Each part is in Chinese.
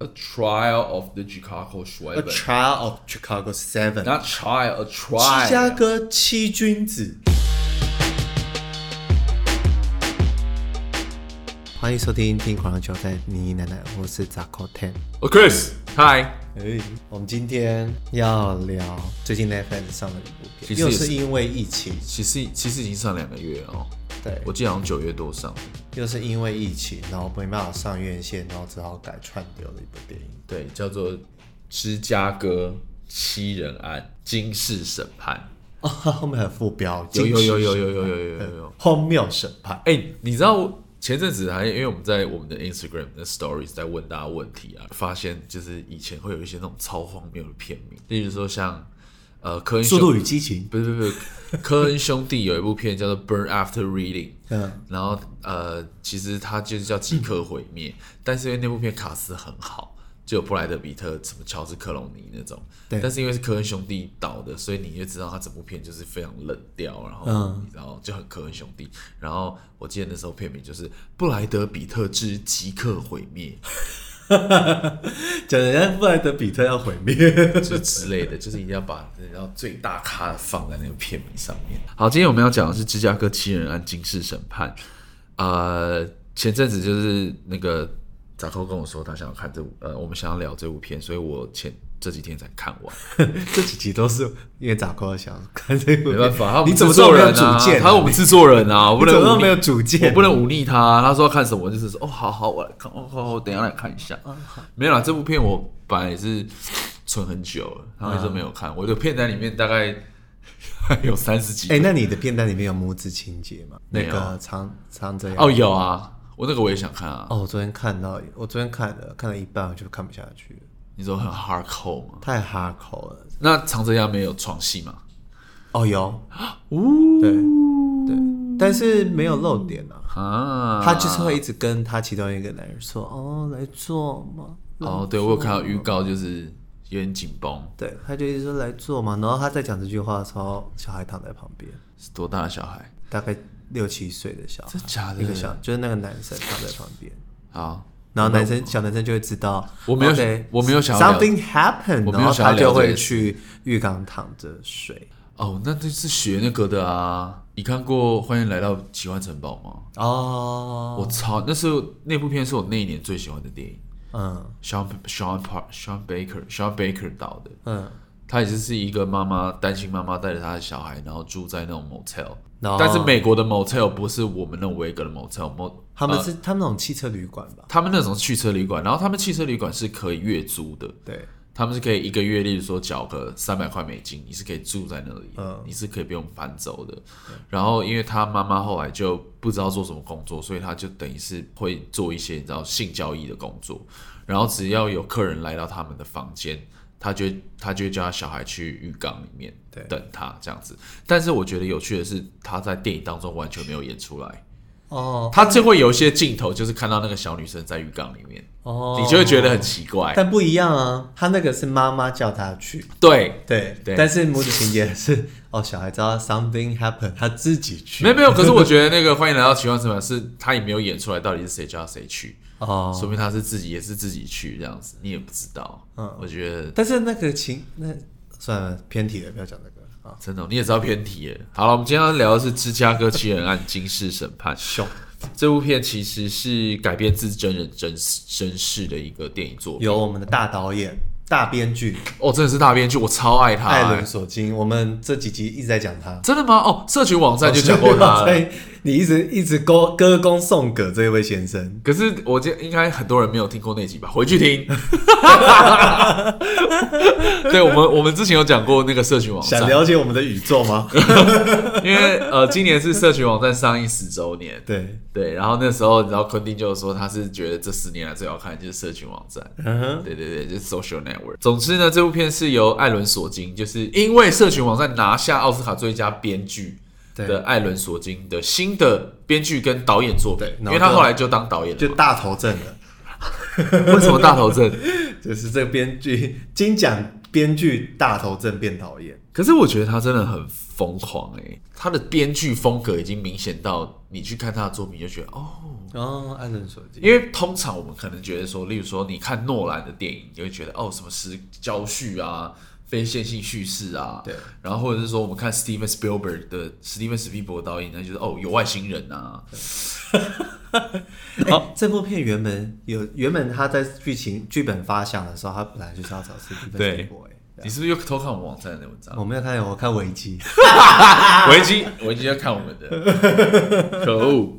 a trial of the Chicago A Seven， Trial of Chicago Seven， not trial a 芝加 trial。哥七君子。欢迎收听《听狂人球在你奶奶》，我是 Zaco Ten。 Oh Chris，Hi，哎，我们今天要聊最近 Netflix 上的一部其实片，也又是是因为疫情，其实其实已经上两个月了哦，对，我记得好像九月多上。又是因为疫情，然后没办法上院线，然后只好改串流的一部电影。对，叫做《芝加哥七人案惊世审判哦，它 后面还有副标，》，有有有有禁有有有有有有。止荒谬审判。哎、你知道前阵子还因为我们在我们的 Instagram 的 Stories 在问大家问题啊，发现就是以前会有一些那种超荒谬的片名，例如说像呃科恩速兄度与激情，不是不是不是科恩兄弟有一部片叫做《Burn After Reading》。嗯，然后呃，其实它就是叫《即刻毁灭》但是因为那部片卡斯很好，就有布莱德比特、什么乔治克隆尼那种。对但是因为是科恩兄弟导的，所以你就知道他整部片就是非常冷调，然后、嗯然后就很科恩兄弟。然后我记得那时候片名就是《布莱德比特之即刻毁灭讲人家布莱德比特要毁 灭，》就之类的，就是一定要把然后最大咖的放在那个片名上面。好，今天我们要讲的是芝加哥七人案惊世审判。呃，前阵子就是那个杂扣跟我说他想要看这部，呃，我们想要聊这部片，所以我前这几天才看完。这几集都是因为咋哥想看这部片，没办法，他你怎么做都没人有啊主见啊？他是我们制作人啊，我不你能怎么忤都逆没有主见？我不能忤逆他。他说要看什么，我就是说哦，好好，我来看，哦，好好，我等一下来看一下。嗯没有啦，这部片我本来也是存很久了，然嗯后一直没有看。我的片单里面大概 有三十几部哎、那你的片单里面有母子情节吗？那没有个长长泽雅哦，有啊，我那个我也想看啊。哦，我昨天看到，我昨天看了，看了一半我就看不下去了，你说很 hardcore 吗？太哈口了。那长泽雅美有床戏吗？哦，有，呜对对，但是没有露点啊。啊，他就是会一直跟他其中一个男人说：“哦，来做嘛。”哦，对我有看到预告，就是有点紧绷。对，他就一直说来做嘛。然后他在讲这句话的时候，小孩躺在旁边，是多大的小孩？大概六七岁的小孩真，假的？一个小就是那个男生躺在旁边，好，然后男生小男生就会知道，我没有 OK，我没有想要聊 something happened，我没有然后想要他聊这就会件事去浴缸躺着睡。哦，那这是学那个的啊。你看过《欢迎来到奇幻城堡》吗？哦，我操，那是那部片是我那一年最喜欢的电影。嗯 Sean Sean Park Sean Baker Sean Baker 导的，嗯，他也就是一个妈妈单亲妈妈带着她的小孩，然后住在那种 motel，、然后但是美国的 motel 不是我们那种维格的 motel，mo 啊他们是、呃他们那种汽车旅馆吧？他们那种汽车旅馆，然后他们汽车旅馆是可以月租的，对，他们是可以一个月，例如说缴个三百块美金，你是可以住在那里，嗯你是可以不用搬走的。然后，因为他妈妈后来就不知道做什么工作，所以他就等于是会做一些你知道性交易的工作。然后只要有客人来到他们的房间，他就会他就会叫他小孩去浴缸里面对等他这样子。但是我觉得有趣的是，他在电影当中完全没有演出来，哦他就会有一些镜头就是看到那个小女生在浴缸里面，哦，你就会觉得很奇怪。但不一样啊，他那个是妈妈叫他去，对，对，对但是母子情节是哦，小孩知道 something happened，他自己去，没有没有，可是我觉得那个欢迎来到奇幻城堡是他也没有演出来到底是谁叫谁去，哦，说明他是自己也是自己去这样子，你也不知道。嗯我觉得但是那个情那算了，偏题了，不要讲那个啊，真的哦、你也知道偏题耶。好了，我们今天要聊的是《芝加哥七人案惊世审判》凶这部片，其实是改编自真人真真事的一个电影作品。有我们的大导演、大编剧哦，真的是大编剧，我超爱他、哎艾伦·索金，我们这几集一直在讲 他。真的吗？哦，社群网站就讲过他了。所以你一直一直歌歌功颂葛这位先生，可是我觉得应该很多人没有听过那集吧，回去 听。对我们，我们之前有讲过那个社群网站想，了解我们的宇宙 吗？因为呃，今年是社群网站上映十周年，对，对，然后那时候，然后昆汀就说他是觉得这十年来最好看的就是社群网站，嗯哼，对对对，就是 social network。总之呢，这部片是由艾伦·索金，就是因为社群网站拿下奥斯卡最佳编剧的对，艾伦·索金的新的编剧跟导演作品因对，然后为他就后来就当导演了就嘛。大头阵了。为什么大头症？就是这个编剧金奖编剧大头正变导演，可是我觉得他真的很欸疯狂哎、他的编剧风格已经明显到你去看他的作品就觉得哦，哦，按人手机，因为通常我们可能觉得说，例如说你看诺兰的电影，你就会觉得哦，什么时交序啊，非线性叙事啊，对，然后或者是说我们看 Steven Spielberg 的 Steven Spielberg 导演，那就是哦有外星人啊，好、哎这部片原本有原本他在剧情剧本发想的时候，他本来就是要找 C D 对分博哎，你是不是又偷看我们网站的文章？我没有看，我看维基，维基维基要看我们的，可恶。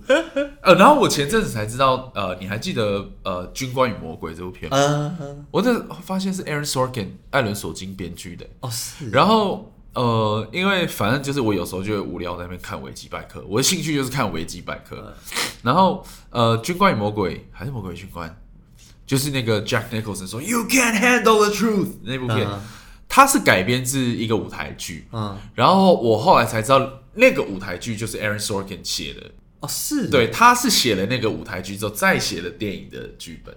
呃，然后我前阵子才知道，呃，你还记得呃《军官与魔鬼》这部片吗？嗯、嗯我这发现是 Aaron Sorkin 艾伦索金编剧的。哦是，然后呃，因为反正就是我有时候就会无聊在那边看维基百科，我的兴趣就是看维基百科。嗯然后呃，《军官与魔鬼》还是《魔鬼与军官》，就是那个 Jack Nicholson 说 “You can't handle the truth” 那部片，嗯它是改编自一个舞台剧。嗯，然后我后来才知道，那个舞台剧就是 Aaron Sorkin 写的。哦是，对，他是写了那个舞台剧之后，再写了电影的剧本。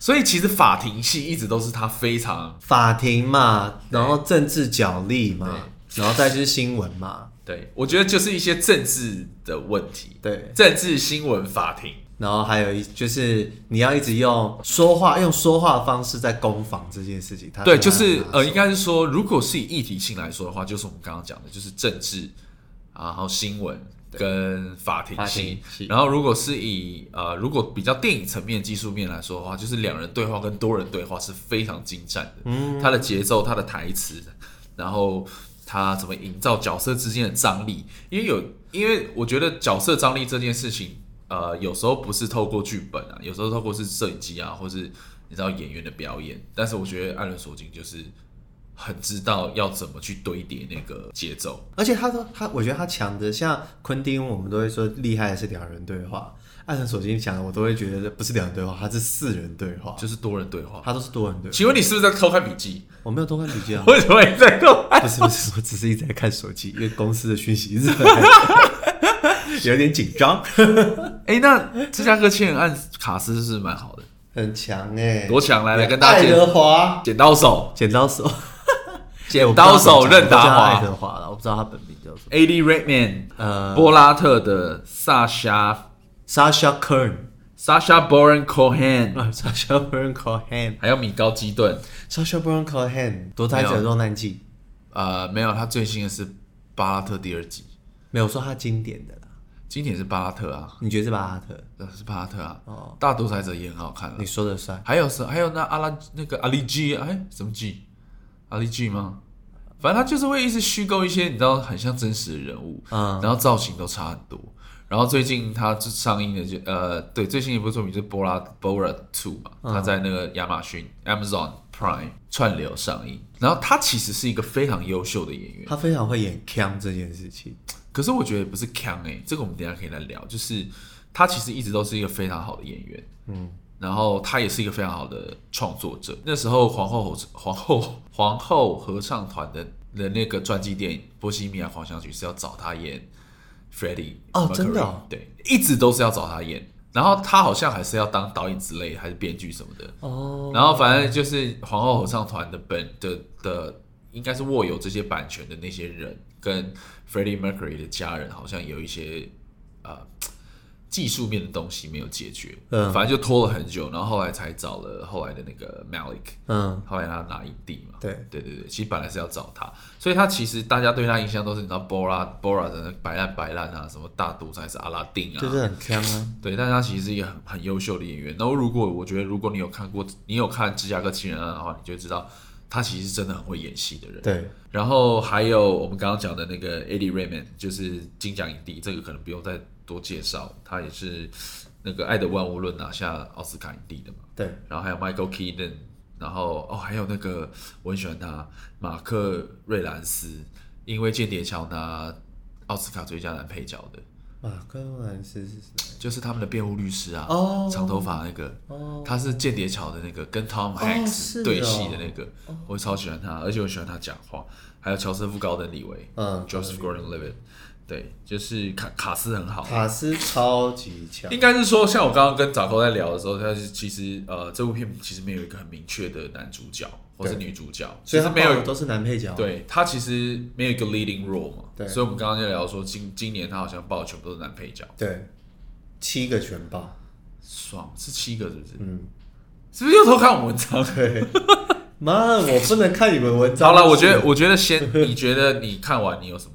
所以其实法庭戏一直都是他非常法庭嘛，然后政治角力嘛，然后再就是新闻嘛，对，我觉得就是一些政治的问题，对，政治新闻法庭。然后还有一就是你要一直用说话，用说话的方式在攻防这件事情，他对，真的就是很呃，应该是说，如果是以议题性来说的话，就是我们刚刚讲的，就是政治，啊然后新闻跟法庭法戏庭戏。然后如果是以呃，如果比较电影层面、技术面来说的话，就是两人对话跟多人对话是非常精湛的。嗯，它的节奏、它的台词，然后它怎么营造角色之间的张力，因为有，因为我觉得角色张力这件事情。呃，有时候不是透过剧本啊，有时候透过是摄影机啊，或是你知道演员的表演。但是我觉得艾伦·索金就是很知道要怎么去堆叠那个节奏。而且他都他，我觉得他强的，像昆汀，我们都会说厉害的是两人对话，艾伦索金讲的，我都会觉得不是两人对话，他是四人对话，就是多人对话。他都是多人对话。请问你是不是在偷看笔记？，我没有多看笔记 啊为什么你在偷看？ 不是不是，我只是一直在看手机，因为公司的讯息一 直在有点紧张，哎、那芝加哥七人案卡斯是不是蛮好的， 很强哎、多强！来来跟大家爱介德华，剪刀手剪刀 手，哎剪刀手任达华我不知道爱德华了，我不知道他本名叫什么， ，AD Redman，、呃波拉特的萨莎，Sasha Kern， Sasha Baron Cohen，、啊，Sasha Baron Cohen，Sasha 还有米高基顿。 Baron Cohen，夺财者没有受难记。呃，没有，他最新的是巴拉特第二集，没有我说他经典的啦。经典是巴拉特啊，你觉得是巴哈特？呃是巴拉特啊。哦大独裁者也很好看啊你。说的算。还有是还有那阿拉那个阿里 G 哎什么 G 阿里 G 吗？反正他就是会一直虚构一些你知道很像真实的人物，嗯然后造型都差很多。然后最近他就上映的就呃对最新一部作品就是《波拉 Bora Two》嘛，他在那个亚马逊 Amazon Prime 串流上映。然后他其实是一个非常优秀的演员，他非常会演 cam 这件事情，可是我觉得不是强哎、这个我们等一下可以来聊。就是他其实一直都是一个非常好的演员，嗯，然后他也是一个非常好的创作者。那时候皇后合皇后皇后合唱团的的那个传记电影《波西米亚狂想曲》是要找他演 Freddie 哦 Mercury，真的哦对，一直都是要找他演。然后他好像还是要当导演之类，还是编剧什么的。哦，然后反正就是皇后合唱团的本的的，应该是握有这些版权的那些人，跟 Freddie Mercury 的家人好像有一些呃技术面的东西没有解决，嗯反正就拖了很久，然后后来才找了后来的那个 Malik，嗯，后来他拿影帝嘛，对，对对对，其实本来是要找他，所以他其实大家对他印象都是你知道 Bora Bora 的那白烂白烂啊，什么大独裁是阿拉丁啊，就是很 cam 啊，对，但他其实是一个很很优秀的演员。然后，如果我觉得，如果你有看过，你有看《芝加哥七人案》的话，你就知道他其实是真的很会演戏的人。。对，然后还有我们刚刚讲的那个 Eddie Redmayne，就是金奖影帝，这个可能不用再多介绍，他也是那个《爱的万物论》拿下奥斯卡影帝的嘛。对，然后还有 Michael Keaton，然后哦，还有那个我很喜欢他马克瑞兰斯，因为《间谍桥》拿奥斯卡最佳男配角的。马克兰斯是谁？就是他们的辩护律师啊，哦长头发那个，哦，他是间谍桥的那个，跟 Tom Hanks 是对哦戏的那个，我超喜欢他，而且我喜欢他讲话，还有乔瑟夫·高登·李维，嗯 j o s e p h Gordon-Levitt，对，就是卡卡斯很好。卡斯超级强，应该是说，像我刚刚跟早扣在聊的时候，他是其实呃，这部片其实没有一个很明确的男主角或是对女主角，所以其他实没有报的都是男配角，，对他其实没有一个 leading role 嘛，对所以我们刚刚就聊说今今年他好像报的全部都是男配角，对，七个全爆，爽是七个是不是？嗯，是不是又偷看我文章？对，妈，我不能看你们文 章。好了，我觉得，我觉得 先，你觉得你看完你有什么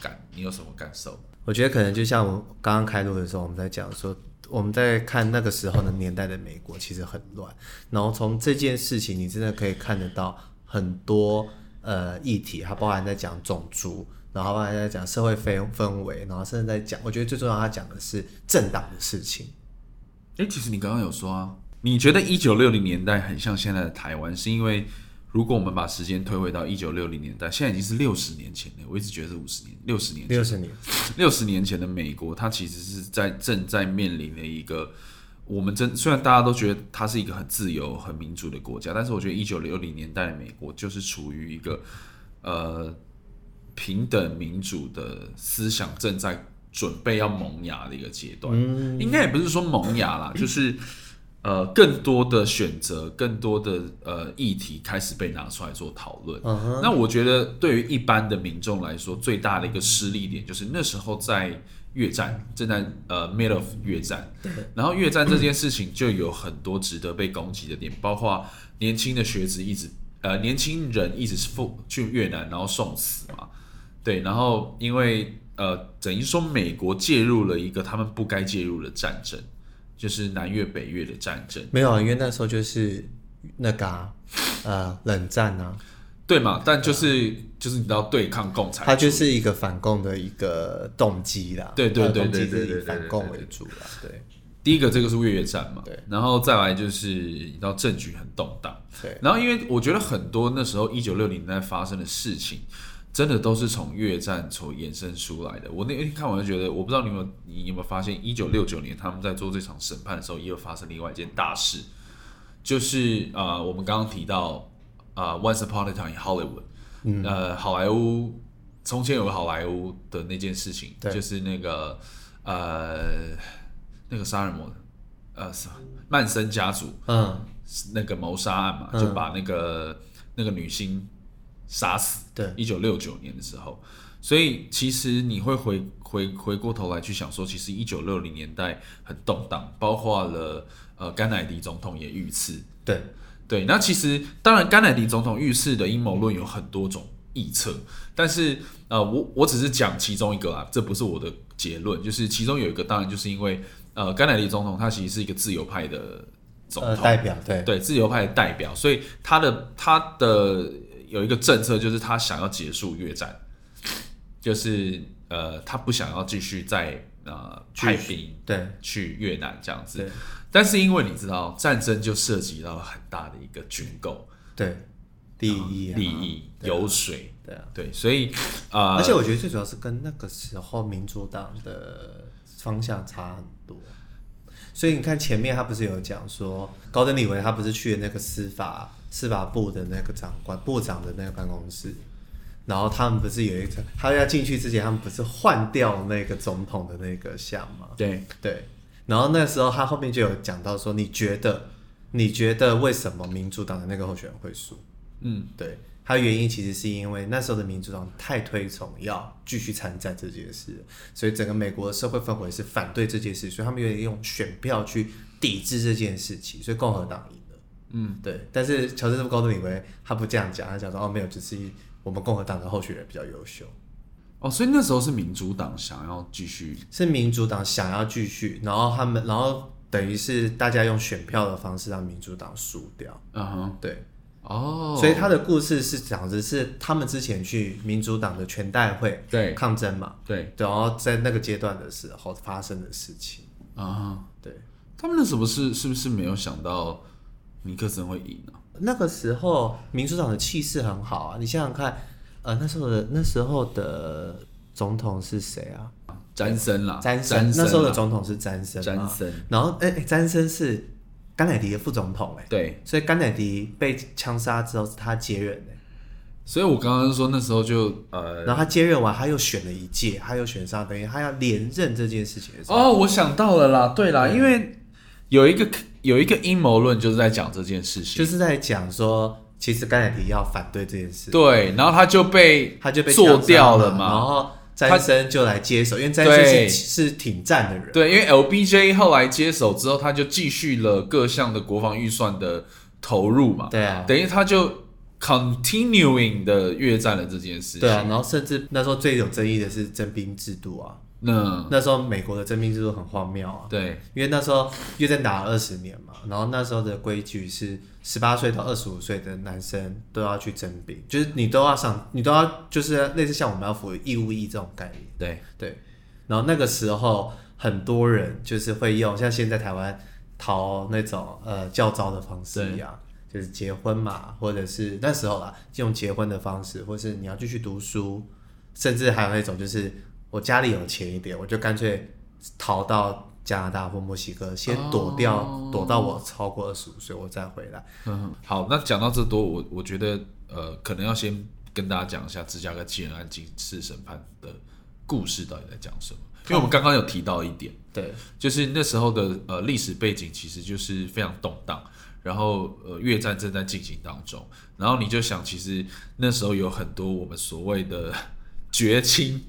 感？你有什么感受？我觉得可能就像我刚刚开录的时候，我们在讲说，我们在看那个时候的年代的美国其实很乱，然后从这件事情，你真的可以看得到很多呃议题，它包含在讲种族，然后包含在讲社会氛氛围，然后甚至在讲，我觉得最重要，它讲的是政党的事情。哎、其实你刚刚有说啊，你觉得一九六零年代很像现在的台湾，是因为如果我们把时间推回到一九六零年代，现在已经是六十年前了。我一直觉得是五十年、六十年前、六十年， 六十年前的美国，它其实是在正在面临的一个，我们真虽然大家都觉得它是一个很自由、很民主的国家，但是我觉得一九六零年代的美国就是处于一个呃平等民主的思想正在准备要萌芽的一个阶段。嗯，应该也不是说萌芽 啦，就是呃更多的选择，更多的呃议题开始被拿出来做讨论。嗯哼，那我觉得对于一般的民众来说，最大的一个失利点就是那时候在越战，正在呃 mid of 越战，然后越战这件事情就有很多值得被攻击的点，包括年轻的学子一直呃年轻人一直是赴去越南然后送死嘛，对，然后因为呃等于说美国介入了一个他们不该介入的战争，就是南越北越的战争。没有，啊，因为那时候就是那个、啊、呃冷战啊，对嘛？但就是就是你知道对抗共产主义，它就是一个反共的一个动机啦。对对它的对动对机对是对以对反对共对为主啦。对第一个这个是越战嘛，对，然后再来就是你知道政局很动荡，对，然后因为我觉得很多那时候一九六零年代发生的事情，真的都是从越战所延伸出来的。我那天看完就觉得，我不知道你有没有你有没有发现，一九六九年他们在做这场审判的时候，也有发生另外一件大事，就是呃我们刚刚提到啊、呃、Once Upon a Time in Hollywood，、呃嗯好莱坞从前有个好莱坞的那件事情，对就是那个呃那个杀人魔呃什么曼森家族。嗯，那个谋杀案嘛，嗯就把那个那个女星杀死。对一九六九年的时候，所以其实你会回回回过头来去想说，其实一九六零年代很动荡，包括了呃甘乃迪总统也遇刺。对，对，那其实当然甘乃迪总统遇刺的阴谋论有很多种臆测，但是呃，我我只是讲其中一个啊，这不是我的结论，就是其中有一个当然就是因为呃甘乃迪总统他其实是一个自由派的总呃，统。代表对对自由派的代表，所以他的他的有一个政策就是他想要结束越战，就是呃他不想要继续再呃派兵对去越南这样子对。但是因为你知道战争就涉及到很大的一个军购对，利益啊利益、对啊油水，对啊。对，所以呃而且我觉得最主要是跟那个时候民主党的方向差很多，所以你看前面他不是有讲说高登李维他不是去那个司法司法部的那个长官部长的那个办公室，然后他们不是有一个他要进去之前他们不是换掉那个总统的那个项吗？对对，然后那时候他后面就有讲到说，你觉得你觉得为什么民主党的那个候选人会输？嗯，对，它的原因其实是因为那时候的民主党太推崇要继续参战这件事了，所以整个美国的社会氛围是反对这件事，所以他们有点用选票去抵制这件事情，所以共和党赢了。嗯，对。但是乔治·高登以为他不这样讲，他讲说哦没有，只是我们共和党的候选人比较优秀，哦，所以那时候是民主党想要继续是民主党想要继续，然后他们然后等于是大家用选票的方式让民主党输掉，嗯哼对。哦，所以他的故事是讲的是他们之前去民主党的全代会对抗争嘛，对然后在那个阶段的时候发生的事情，啊。哈对，他们那时候是是不是没有想到尼克森会赢啊？那个时候民主党的气势很好啊，你想想看，呃，那时候的那时候的总统是谁啊？詹森啦，詹森森，，那时候的啊总统是詹森嘛，詹森，然后哎、哎詹森是甘乃迪的副总统哎、对，所以甘乃迪被枪杀之后是他接任哎、所以我刚刚说那时候就呃，然后他接任完，他又选了一届，他又选上，等于他要连任这件事情的时候，哦，我想到了啦，对啦，因为有一个有一个阴谋论就是在讲这件事情，就是在讲说，其实甘乃迪要反对这件事，对，然后他就被他就被做枪杀掉了然嘛，后詹森就来接手，因为詹对森是是挺战的人，对，因为 LBJ 后来接手之后，他就继续了各项的国防预算的投入嘛，对啊，等于他就 continuing 的越战了这件事情。对啊，然后甚至那时候最有争议的是征兵制度啊，那那时候美国的征兵制度很荒谬啊，对因为那时候又在打了二十年嘛，然后那时候的规矩是十八岁到二十五岁的男生都要去征兵，就是你都要上，你都要就是类似像我们要服义务役这种概念，对对。然后那个时候很多人就是会用像现在台湾逃那种呃教招的方式一样，就是结婚嘛，或者是那时候啦，用结婚的方式，或是你要继续读书，甚至还有那种就是我家里有钱一点，我就干脆逃到加拿大或墨西哥，先躲掉，哦躲到我超过二十五岁我再回来。嗯，好，那讲到这多，我我觉得呃，可能要先跟大家讲一下芝加哥七人案刑事审判的故事到底在讲什么，因为我们刚刚有提到一点，对，就是那时候的呃历史背景其实就是非常动荡，然后呃越战正在进行当中，然后你就想，其实那时候有很多我们所谓的 绝亲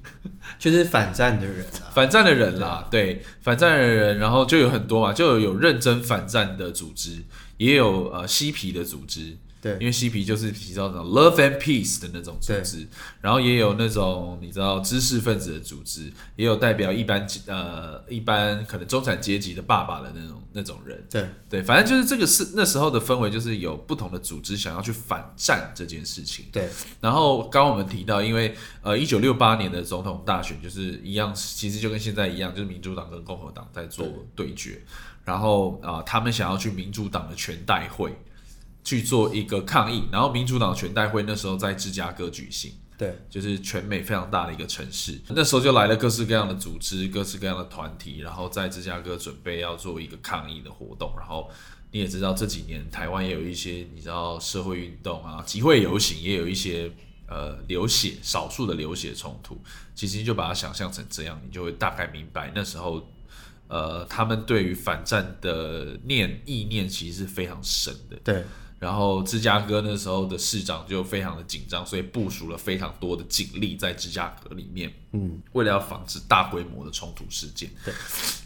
就是反战的人啊，反战的人啦，对，反战的人，然后就有很多嘛，就有有认真反战的组织，也有呃嬉皮的组织，因对为嬉皮就是提到那种 love and peace 的那种组对织，然后也有那种你知道知识分子的组织，也有代表一般呃一般可能中产阶级的爸爸的那种那种人，对对，反正就是这个是那时候的氛围，就是有不同的组织想要去反战这件事情。对然后刚刚我们提到，因为呃，一九六八年的总统大选就是一样，其实就跟现在一样，就是民主党跟共和党在做对决。然后啊、呃他们想要去民主党的全代会去做一个抗议。然后民主党全代会那时候在芝加哥举行，对就是全美非常大的一个城市。那时候就来了各式各样的组织、各式各样的团体，然后在芝加哥准备要做一个抗议的活动。然后你也知道，这几年台湾也有一些你知道社会运动啊、集会游行，也有一些呃流血、少数的流血冲突。其实你就把它想象成这样，你就会大概明白那时候。呃，他们对于反战的念意念其实是非常深的，对然后芝加哥那时候的市长就非常的紧张，所以部署了非常多的警力在芝加哥里面，嗯，为了要防止大规模的冲突事件。对，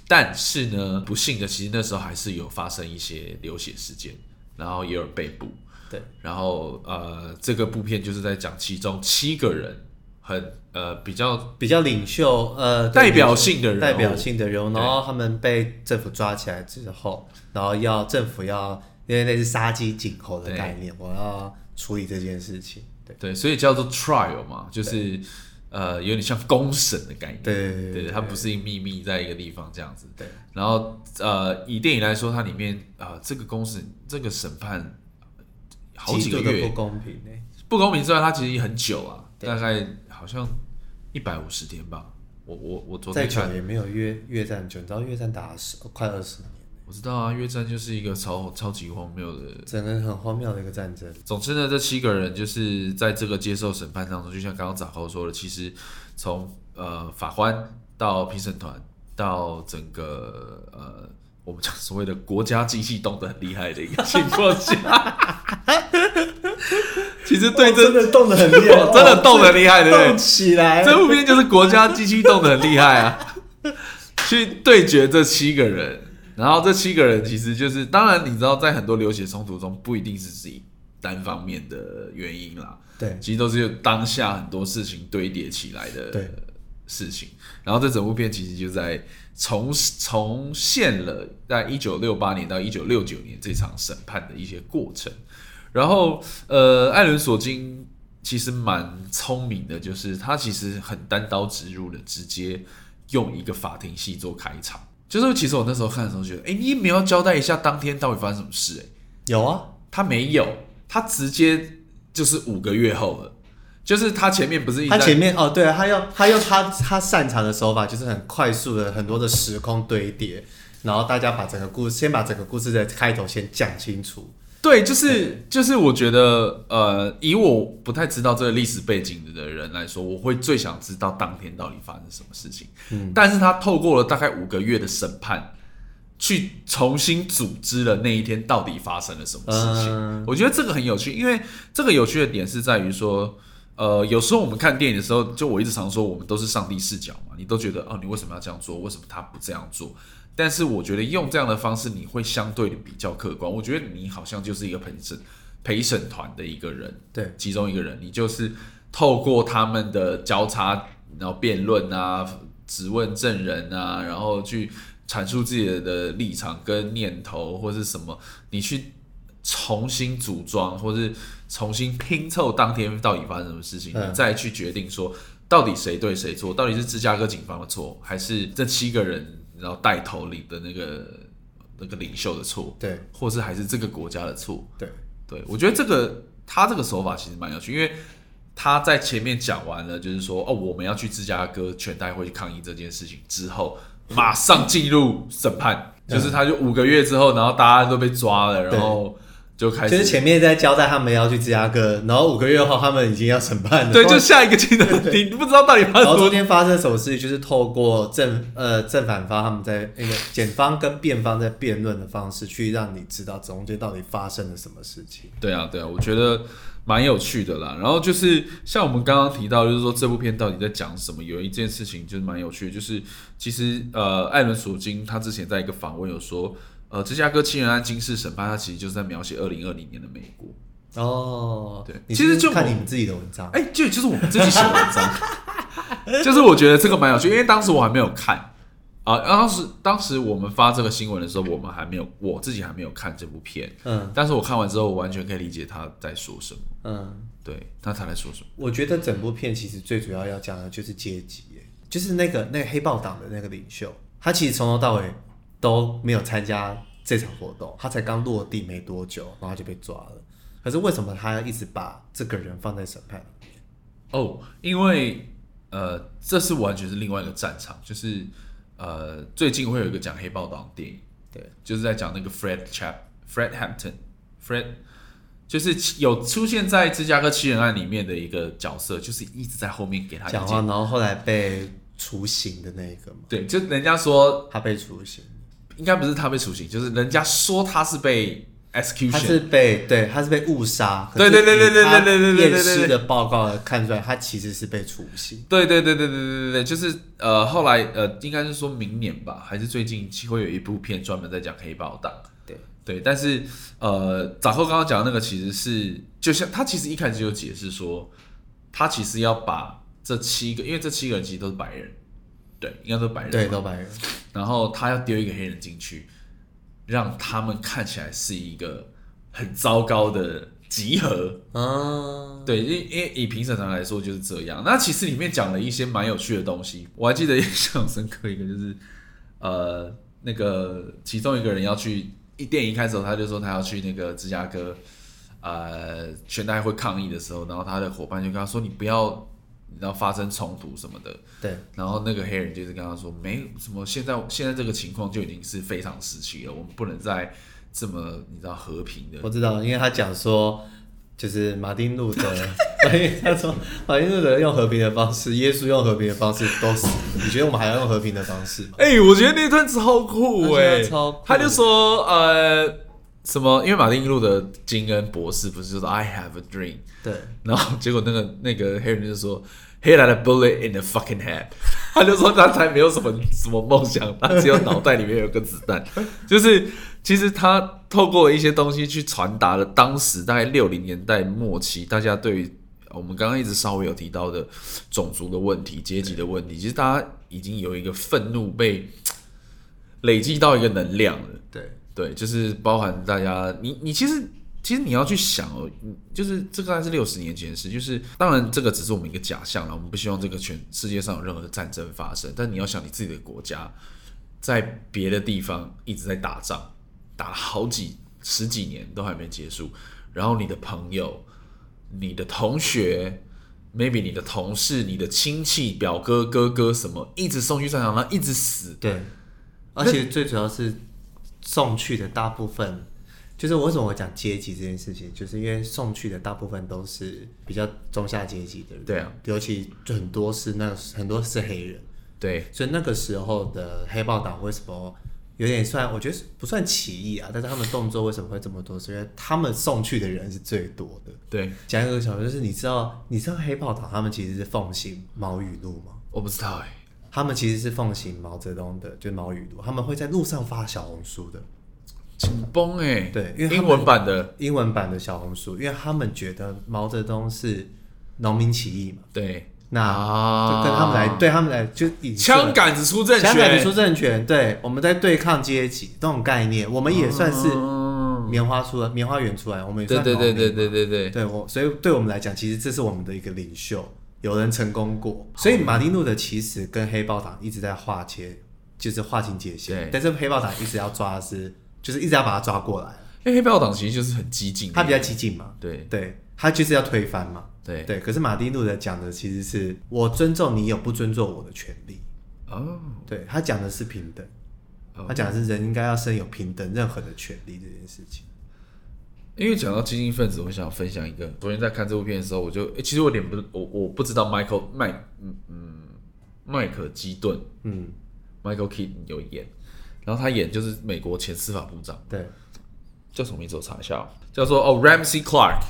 但是呢，不幸的，其实那时候还是有发生一些流血事件，然后也有人被捕。对然后呃，这个部片就是在讲其中七个人很呃比较比较领袖呃代对表性的人物代表性的人物，对然后他们被政府抓起来之后，然后要政府要因为那是杀鸡儆猴的对概念，我要处理这件事情。对对，所以叫做 trial 嘛，就是呃有点像公审的概念。对对对对，对它不是秘密在一个地方这样子。对然后呃，以电影来说，它里面啊、呃这个公审这个审判呃好几极个度的月不公平欸呢、不公平之外，它其实很久啊，对大概好像一百五十天吧。我我我昨再天久看，也没有越越战久，你知道越战打了十快二十年，我知道啊，越战就是一个超超级荒谬的整个很荒谬的一个战 争。总之呢，这七个人就是在这个接受审判当中，就像刚刚早高说的，其实从呃法官到评审团到整个呃我们讲所谓的国家机器动得很厉害的一个情况下，其实对这、真的动得很厉我真的动得厉害，对不对哦动？起来，这部片就是国家机器动得很厉害啊，去对决这七个人，然后这七个人其实就是，当然你知道，在很多流血冲突中，不一定是自己单方面的原因啦，对其实都是有当下很多事情堆叠起来的对事情。然后这整部片其实就在重重现了在一九六八年到一九六九年这场审判的一些过程。然后呃，艾伦索金其实蛮聪明的，就是他其实很单刀直入的，直接用一个法庭戏做开场。就是其实我那时候看的时候觉得，哎，你也没有交代一下当天到底发生什么事、诶有啊，他没有，他直接就是五个月后了，就是他前面不是一直他在前面哦，对啊，他用他用他他擅长的手法，就是很快速的很多的时空堆叠，然后大家把整个故事先把整个故事的开头先讲清楚。对，就是就是我觉得呃，以我不太知道这个历史背景的人来说，我会最想知道当天到底发生什么事情。嗯，但是他透过了大概五个月的审判。去重新组织了那一天到底发生了什么事情，嗯我觉得这个很有趣，因为这个有趣的点是在于说，呃，有时候我们看电影的时候，就我一直常说，我们都是上帝视角嘛，你都觉得哦，你为什么要这样做？为什么他不这样做？但是我觉得用这样的方式，你会相对的比较客观。我觉得你好像就是一个陪审陪审团的一个人，对，其中一个人，你就是透过他们的交叉，然后辩论啊，质问证人啊，然后去阐述自己的立场跟念头或是什么，你去重新组装，或是重新拼凑当天到底发生什么事情，嗯你再去决定说到底谁对谁错，到底是芝加哥警方的错，还是这七个人然后带头领的那个那个领袖的错，对或是还是这个国家的错。对对，我觉得这个他这个手法其实蛮有趣，因为他在前面讲完了，就是说哦，我们要去芝加哥全代会去抗议这件事情之后，马上进入审判，嗯就是他就五个月之后，然后大家都被抓了，然后就开就始是前面在交代他们要去芝加哥，然后五个月后他们已经要审判了， 对，就下一个镜头，你不知道到底发生然什后么中间发生什么事，就是透过正呃正反方他们在那个检方跟辩方在辩论的方式，去让你知道中间到底发生了什么事情。对啊，对啊，我觉得蛮有趣的啦。然后就是像我们刚刚提到，就是说这部片到底在讲什么？有一件事情就是蛮有趣的，就是其实呃，艾伦·索金他之前在一个访问有说，呃，芝加哥七人案惊世审判，他其实就是在描写二零二零年的美国。哦，对你其实就是看你们自己的文章，哎，这就是我们自己写的文章， 就是我觉得这个蛮有趣，因为当时我还没有看啊、当时当时我们发这个新闻的时候，我们还没有，我自己还没有看这部片，嗯但是我看完之后，我完全可以理解他在说什么，嗯，对他他在说什么。我觉得整部片其实最主要要讲的就是阶级，哎就是那个那个黑豹党的那个领袖，他其实从头到尾都没有参加这场活动，他才刚落地没多久，然后就被抓了。可是为什么他一直把这个人放在审判？哦，因为呃，这是完全是另外一个战场，就是呃，最近会有一个讲黑豹党的电影，对，就是在讲那个 Fred Chap Fred Hampton Fred，就是有出现在芝加哥七人案里面的一个角色，就是一直在后面给他意讲话，见。然后后来被处刑的那一个嘛，对，就人家说他被处刑，应该不是他被处刑，就是人家说他是被他 execution，是被对，他是被误杀。对对对对对对对对对对验对尸的报告看出来，他其实是被处刑。对对对对对对对对，就是呃，后来呃，应该是说明年吧，还是最近会有一部片专门在讲黑豹党。对对，但是呃，早后刚刚讲的那个其实是，就像他其实一开始就有解释说，他其实要把这七个，因为这七个人其实都是白人，对，应该都是白人，对，，都白人。然后他要丢一个黑人进去，让他们看起来是一个很糟糕的集合，嗯，对，因因为以评审团来说就是这样。那其实里面讲了一些蛮有趣的东西，我还记得印象深刻一个就是，呃，那个其中一个人要去一电影一开始的时候他就说他要去那个芝加哥，呃，全代会抗议的时候，然后他的伙伴就跟他说你不要，然后发生冲突什么的，对然后那个黑人就是跟他说，没有什么，现在现在这个情况就已经是非常时期了，我们不能再这么你知道和平的我知道，因为他讲说，就是马丁路德， 因为他说马丁路德用和平的方式，耶稣用和平的方式都死了，你觉得我们还要用和平的方式吗？哎、我觉得那段超酷哎、那段超酷他就说呃什么，因为马丁路德金恩博士不是就说 I have a dream，对，然后结果那个那个黑人就说 Hit at a bullet in the fucking head，他 就说他才没有什么什么梦想，他只有脑袋里面有个子弹。就是其实他透过一些东西去传达了当时大概六零年代末期大家对于我们刚刚一直稍微有提到的种族的问题、阶级的问题，其实大家已经有一个愤怒被累积到一个能量了。对，对，就是包含大家，你你其实其实你要去想哦，嗯就是这个还是六十年前的事，就是当然这个只是我们一个假象了，我们不希望这个全世界上有任何的战争发生，但你要想你自己的国家在别的地方一直在打仗，打了好几十几年都还没结束，然后你的朋友、你的同学。maybe 你的同事、你的亲戚、表哥、哥哥什么，一直送去战场，然后一直死。对，而且最主要是送去的大部分，就是我为什么我讲阶级这件事情，就是因为送去的大部分都是比较中下阶级的人，对啊，尤其很多是那很多是黑人，对所以那个时候的黑豹党为什么？有点算，我觉得是不算歧义啊，但是他们动作为什么会这么多？是因为他们送去的人是最多的。对，讲一个小时，就是你知道，你知道黑豹党他们其实是奉行毛语录吗？我不知道哎、他们其实是奉行毛泽东的，就是毛语录，他们会在路上发小红书的紧绷哎，对因为他们英文版的，英文版的小红书，因为他们觉得毛泽东是农民起义嘛，对，那啊就跟他们来，对他们来就以枪杆子出政权，香港的出政权，对，我们在对抗阶级这种概念，我们也算是嗯棉花出来，棉花园出来，我们也对算对对农民对对对对，对我，所以对我们来讲，其实这是我们的一个领袖，有人成功过。所以马丁路德其实跟黑豹党一直在划切，就是划清界对限。但是黑豹党一直要抓的是，就是一直要把他抓过来，因为黑豹党其实就是很激进的，他比较激进嘛，对对他就是要推翻嘛。对对，可是马丁路德讲的其实是我尊重你有不尊重我的权利，哦，对他讲的是平等哦，他讲的是人应该要生有平等任何的权利这件事情。因为讲到激进分子，我想分享一个。昨天在看这部片的时候，我就、诶其实我有点不，我我不知道 Michael 麦嗯嗯麦克基顿嗯， Michael Keaton 有演，然后他演就是美国前司法部长，对，叫什么名字？我查一下、哦，叫做哦 Ramsey Clark。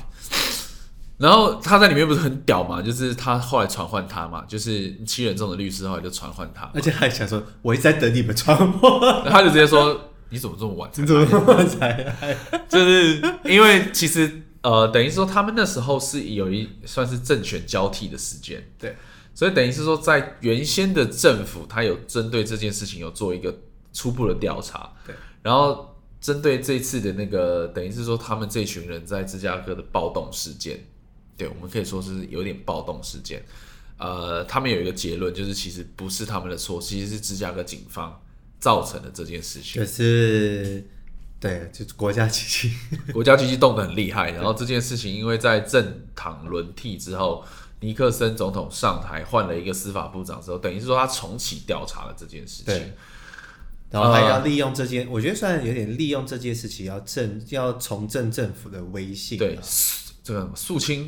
然后他在里面不是很屌嘛，就是他后来传唤他嘛，就是七人众的律师后来就传唤他，而且他还想说，我一直在等你们传播，然后他就直接说：“你 怎么这么啊晚才你怎么那么才来？ 就是因为其实呃，等于说他们那时候是有一算是政权交替的时间，对，所以等于是说在原先的政府，他有针对这件事情有做一个初步的调查，对，然后针对这次的那个，等于是说他们这群人在芝加哥的暴动事件，对我们可以说是有点暴动事件。呃，他们有一个结论，就是其实不是他们的错，其实是芝加哥警方造成的这件事情。就是对，就是国家 机器，国家机器动得很厉害，然后这件事情因为在政党轮替之后，尼克森总统上台换了一个司法部长之后，等于是说他重启调查了这件事情对。然后还要利用这件，我觉得算有点利用这件事情，要正要重振政府的威信、啊，对，肃这个肃清，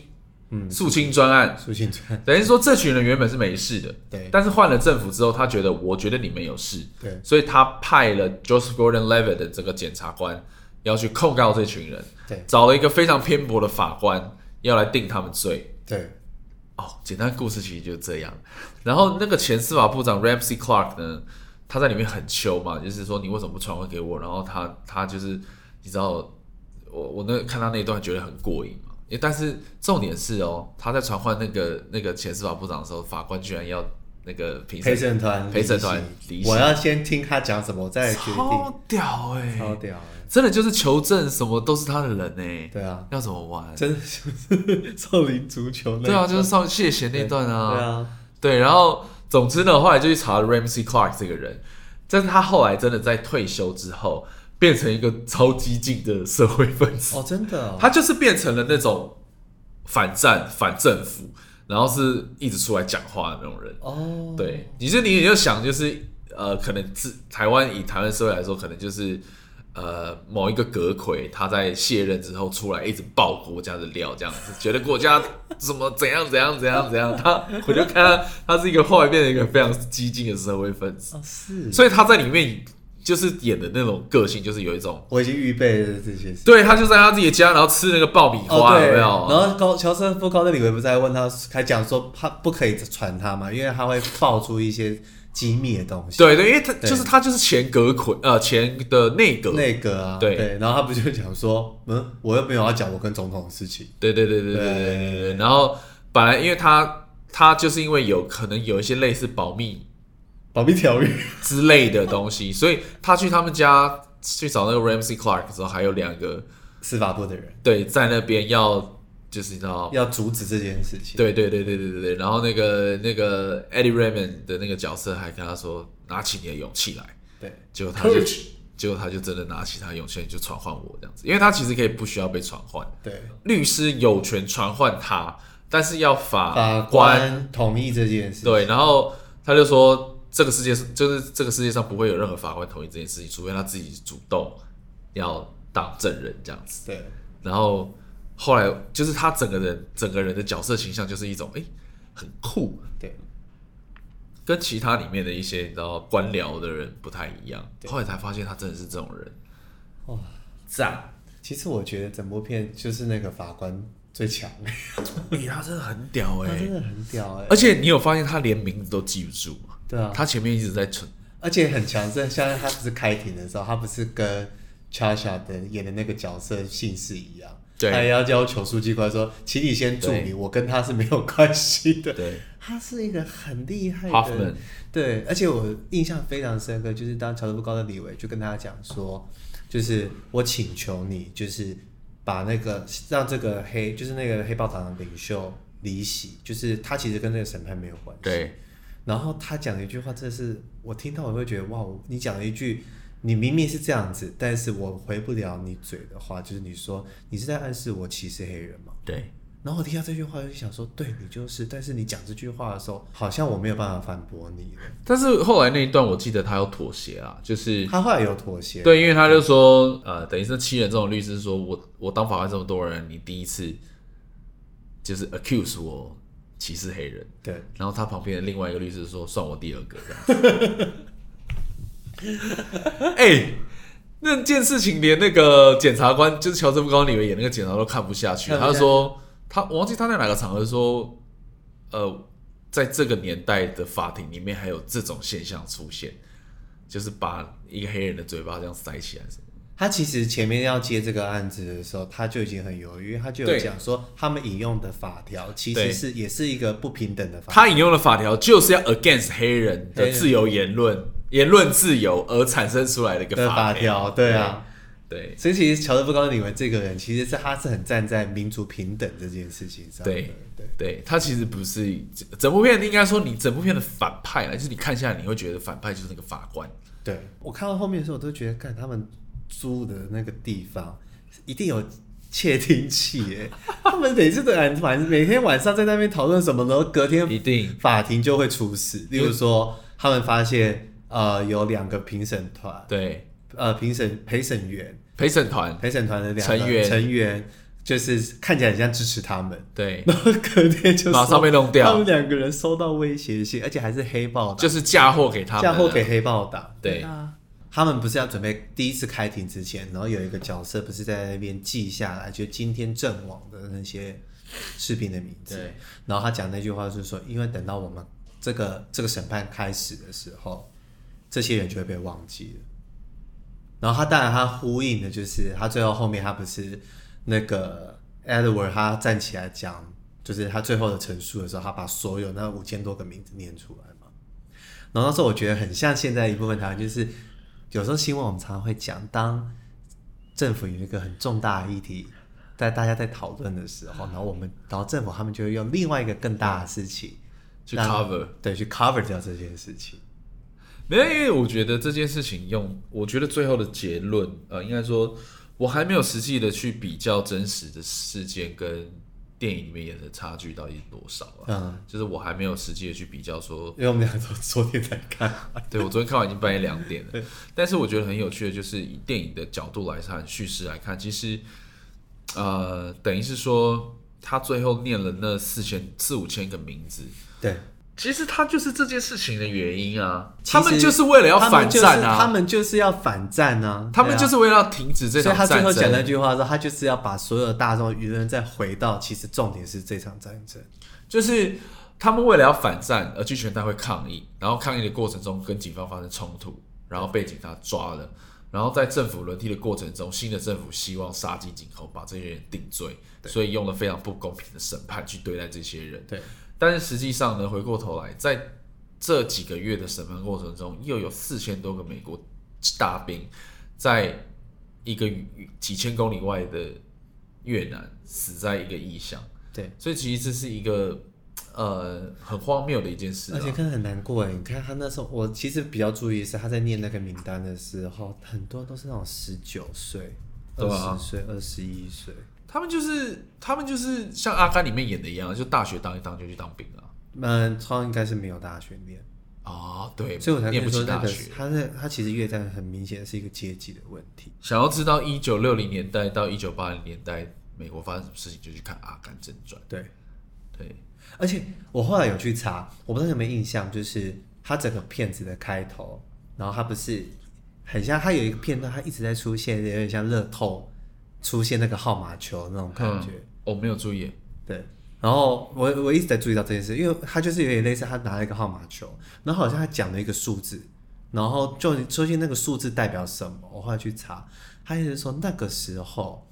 嗯肃清专案，苏信川，等于说这群人原本是没事的，对但是换了政府之后，他觉得我觉得你们有事，对所以他派了 Joseph Gordon-Levitt 的这个检察官要去控告这群人，对找了一个非常偏颇的法官要来定他们罪，对哦，简单故事其实就是这样。然后那个前司法部长 Ramsey Clark 呢，他在里面很秋嘛，就是说你为什么不传唤给我？然后他他就是你知道，我我那看他那一段觉得很过瘾嘛。也但是重点是哦，他在传唤那个那个前司法部长的时候，法官居然要那个评陪审审团陪审团离离席席我要先听他讲什么，我再来决定，超屌哎、超屌的，真的就是求证什么都是他的人哎、对啊，要怎么玩？真的就是 少林足球那对啊，种就是上谢贤那段对啊，对，然后总之呢，后来就去查了 Ramsey Clark 这个人，但是他后来真的在退休之后，变成一个超激进的社会分子，哦，真的、哦， 他就是变成了那种反战、反政府，然后是一直出来讲话的那种人。哦，对，你是你也就想就是呃，可能自台湾以台湾社会来说，可能就是呃某一个阁魁他在卸任之后出来一直爆国家的料，这样子，觉得国家怎么怎样怎样怎样怎样，他我就看他他是一个后来变成一个非常激进的社会分子，哦是，所以他在里面就是演的那种个性，就是有一种。我已经预备了这些事。对他就在他自己的家，然后吃那个爆米哦，花，对，有没有？然后高乔瑟夫高德里维不是还问他，还讲说他不可以传他嘛，因为他会爆出一些机密的东西。对对，因为他对就是他就是前阁魁，呃，前的内阁，那个啊，对然后他不就讲说，嗯，我又没有要讲我跟总统的事情，对对对对对对对对对。然后本来因为他他就是因为有可能有一些类似保密保密条约。之类的东西，所以他去他们家去找那个 Ramsey Clark 的时候，还有两个司法部的人对在那边要就是你知道。要阻止这件事情。对对对对对对对，然后那个那个 Eddie Raymond 的那个角色还跟他说：“拿起你的勇气来。”对结果他就 Courage 结果他就真的拿起他的勇气来就传唤我这样子，因为他其实可以不需要被传唤，对，律师有权传唤他，但是要法法官同意这件事。啊对，然后他就说，这个世界上就是这个世界上不会有任何法官同意这件事情，除非他自己主动要当证人这样子。对，然后后来就是他整个人整个人的角色形象就是一种哎、诶很酷，对，跟其他里面的一些你知道官僚的人不太一样。后来才发现他真的是这种人，哇，赞！其实我觉得整部片就是那个法官最强，咦，他真的很屌哎、他真的很屌哎、而且你有发现他连名字都记不住吗？对啊，他前面一直在存，而且很强盛，像他不是开庭的时候，他不是跟 Chasha 的演的那个角色姓氏一样，对他也要要求书记官说，请你先注对明我跟他是没有关系的。对他是一个很厉害的，Hoffman，对，而且我印象非常深刻，就是当乔治布高的李维就跟他讲说，就是我请求你，就是把那个让这个黑，就是那个黑豹党的领袖离席，就是他其实跟这个审判没有关系。对然后他讲了一句话，真的是我听到我会觉得哇，你讲了一句，你明明是这样子，但是我回不了你嘴的话，就是你说你是在暗示我歧视黑人吗？对，然后我听到这句话，就想说，对你就是，但是你讲这句话的时候，好像我没有办法反驳你了。但是后来那一段我记得他有妥协啊，就是他后来有妥协，对，因为他就说，呃，等于是七人这种律师说，我我当法官这么多人，你第一次就是 accuse 我歧视黑人，对，然后他旁边的另外一个律师说，算我第二个这样子。 哎、那件事情连那个检察官，就是乔治布高里维演那个检察官都看不下去，看不他就下说他我忘记他在哪个场合说，呃，在这个年代的法庭里面还有这种现象出现。就是把一个黑人的嘴巴这样塞起来什么的他其实前面要接这个案子的时候，他就已经很犹豫，因为他就有对讲说，他们引用的法条其对实是也是一个不平等的法条。他引用的法条就是要 against 黑人的自由言论、言论自由而产生出来的一个的法法条，对啊，对所以其实乔治布高里维这个人，其实是他是很站在民族平等这件事情上的，对对，对，他其实不是整部片，应该说你整部片的反派啦，啊就是你看下来你会觉得反派就是那个法官，对我看到后面的时候，我都觉得，看他们租的那个地方一定有窃听器耶！ 他们每次都晚晚每天晚上在那边讨论什么，然后隔天一定法庭就会出事。例如说，他们发现呃有两个评审团，对呃评审陪审员、陪审团陪审团的两个成员成员就是看起来很像支持他们。 对，然后隔天就马上收被弄掉他们两个人收到威胁信，而且还是黑豹党，就是嫁祸给他们，啊嫁祸给黑豹党。对啊，他们不是要准备第一次开庭之前，然后有一个角色不是在那边记下来，就今天阵亡的那些士兵的名字。对，然后他讲那句话就是说，因为等到我们这个这个审判开始的时候，这些人就会被忘记了。然后他当然他呼应的就是他最后后面他不是那个 Edward 他站起来讲，就是他最后的陈述的时候，他把所有那五千多个名字念出来嘛。然后那时候我觉得很像现在一部分台湾，就是有时候新闻我们常常会讲，当政府有一个很重大的议题，在大家在讨论的时候，然后我们，然后政府他们就会用另外一个更大的事情嗯去让 cover 对，去 cover 掉这件事情。没有，因为我觉得这件事情用，我觉得最后的结论，呃，应该说，我还没有实际的去比较真实的事件跟电影里面演的差距到底是多少啊。嗯，就是我还没有实际的去比较说，因为我们俩都昨天才 看，对我昨天看完已经半夜两点了，但是我觉得很有趣的就是以电影的角度来看，叙事来看，其实，呃，等于是说他最后念了那四千四五千个名字，对，其实他就是这件事情的原因啊，其实他们就是为了要反战啊，他们就是他们就是要反战啊，他们对啊就是为了要停止这所场以他战最争。后讲那句话的时候，他就是要把所有大众舆论再回到，其实重点是这场战争。就是他们为了要反战而去全代会抗议，然后抗议的过程中跟警方发生冲突，然后被警察抓了。然后在政府轮替的过程中，新的政府希望杀鸡儆猴，把这些人定罪，所以用了非常不公平的审判去对待这些人。对，但是实际上呢，回过头来，在这几个月的审判过程中，又有四千多个美国大兵在一个几千公里外的越南死在一个异乡，对，所以其实这是一个呃很荒谬的一件事、啊，而且看得很难过哎，你看他那时候，我其实比较注意的是他在念那个名单的时候，很多都是那种十九岁、对啊二十岁、二十一岁。他们就是他们就是像阿甘里面演的一样，就大学当一当就去当兵啊了。嗯，超应该是没有大学念，哦，对，所以我才念跟不你说起那大个学。他是他其实越战很明显是一个阶级的问题。想要知道一九六零年代到一九八零年代美国发生什么事情，就去看《阿甘正传》。对，对，而且我后来有去查，我不知道你有没有印象，就是他整个片子的开头，然后他不是很像他有一个片段，他一直在出现，有点像乐透出现那个号码球那种感觉。嗯我、没有注意，对，然后我我一直在注意到这件事，因为他就是有点类似他拿了一个号码球，然后好像他讲了一个数字，然后就究竟那个数字代表什么？我后来去查，他一直说那个时候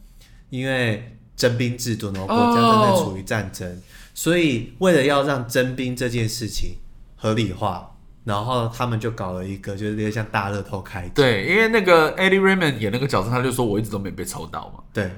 因为征兵制度，然后国家正在处于战争所以为了要让征兵这件事情合理化，然后他们就搞了一个就是有点像大乐透开奖，对，因为那个 Eddie Raymond 演那个角色，他就说我一直都没被抽到嘛，对，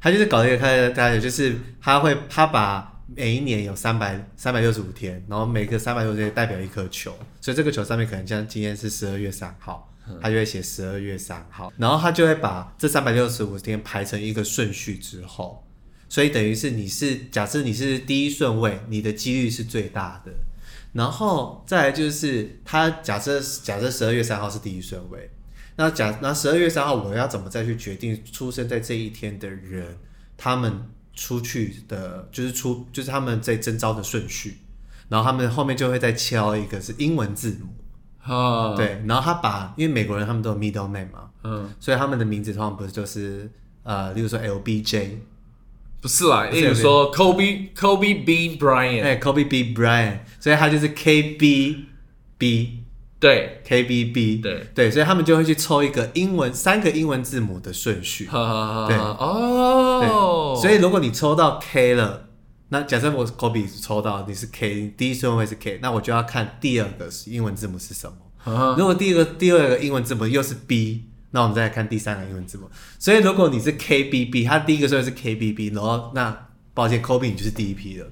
他就是搞了一个开大家就是他会他把每一年有三百三百六十五天，然后每个三百六十天代表一颗球，所以这个球上面可能像今天是十二月三号，他就会写十二月三号，然后他就会把这三百六十五天排成一个顺序之后，所以等于是你是假设你是第一顺位，你的几率是最大的。然后再来就是他假设假设十二月三号是第一顺位，那假那十二月三号，我要怎么再去决定出生在这一天的人，他们出去的，就是出就是他们在征招的顺序，然后他们后面就会再敲一个是英文字母，啊，，哦对，然后他把因为美国人他们都有 middle name 嘛，嗯，所以他们的名字通常不是就是呃，例如说 LBJ，不是啦，例如说 Kobe Kobe Bean Bryant，、哎、k o b e B Bryant，所以他就是 KBB。对， KBB，对对，所以他们就会去抽一个英文三个英文字母的顺序，哈哈哈，对对哦，所以如果你抽到 K 了，那假设我 Kobe 抽到你是 K，第一顺位是 K，那我就要看第二个英文字母是什么。啊如果第二个第二个英文字母又是 B，那我们再来看第三个英文字母。所以如果你是 KBB，它第一个顺位是 KBB，然后那抱歉，Kobe 你就是第一批了。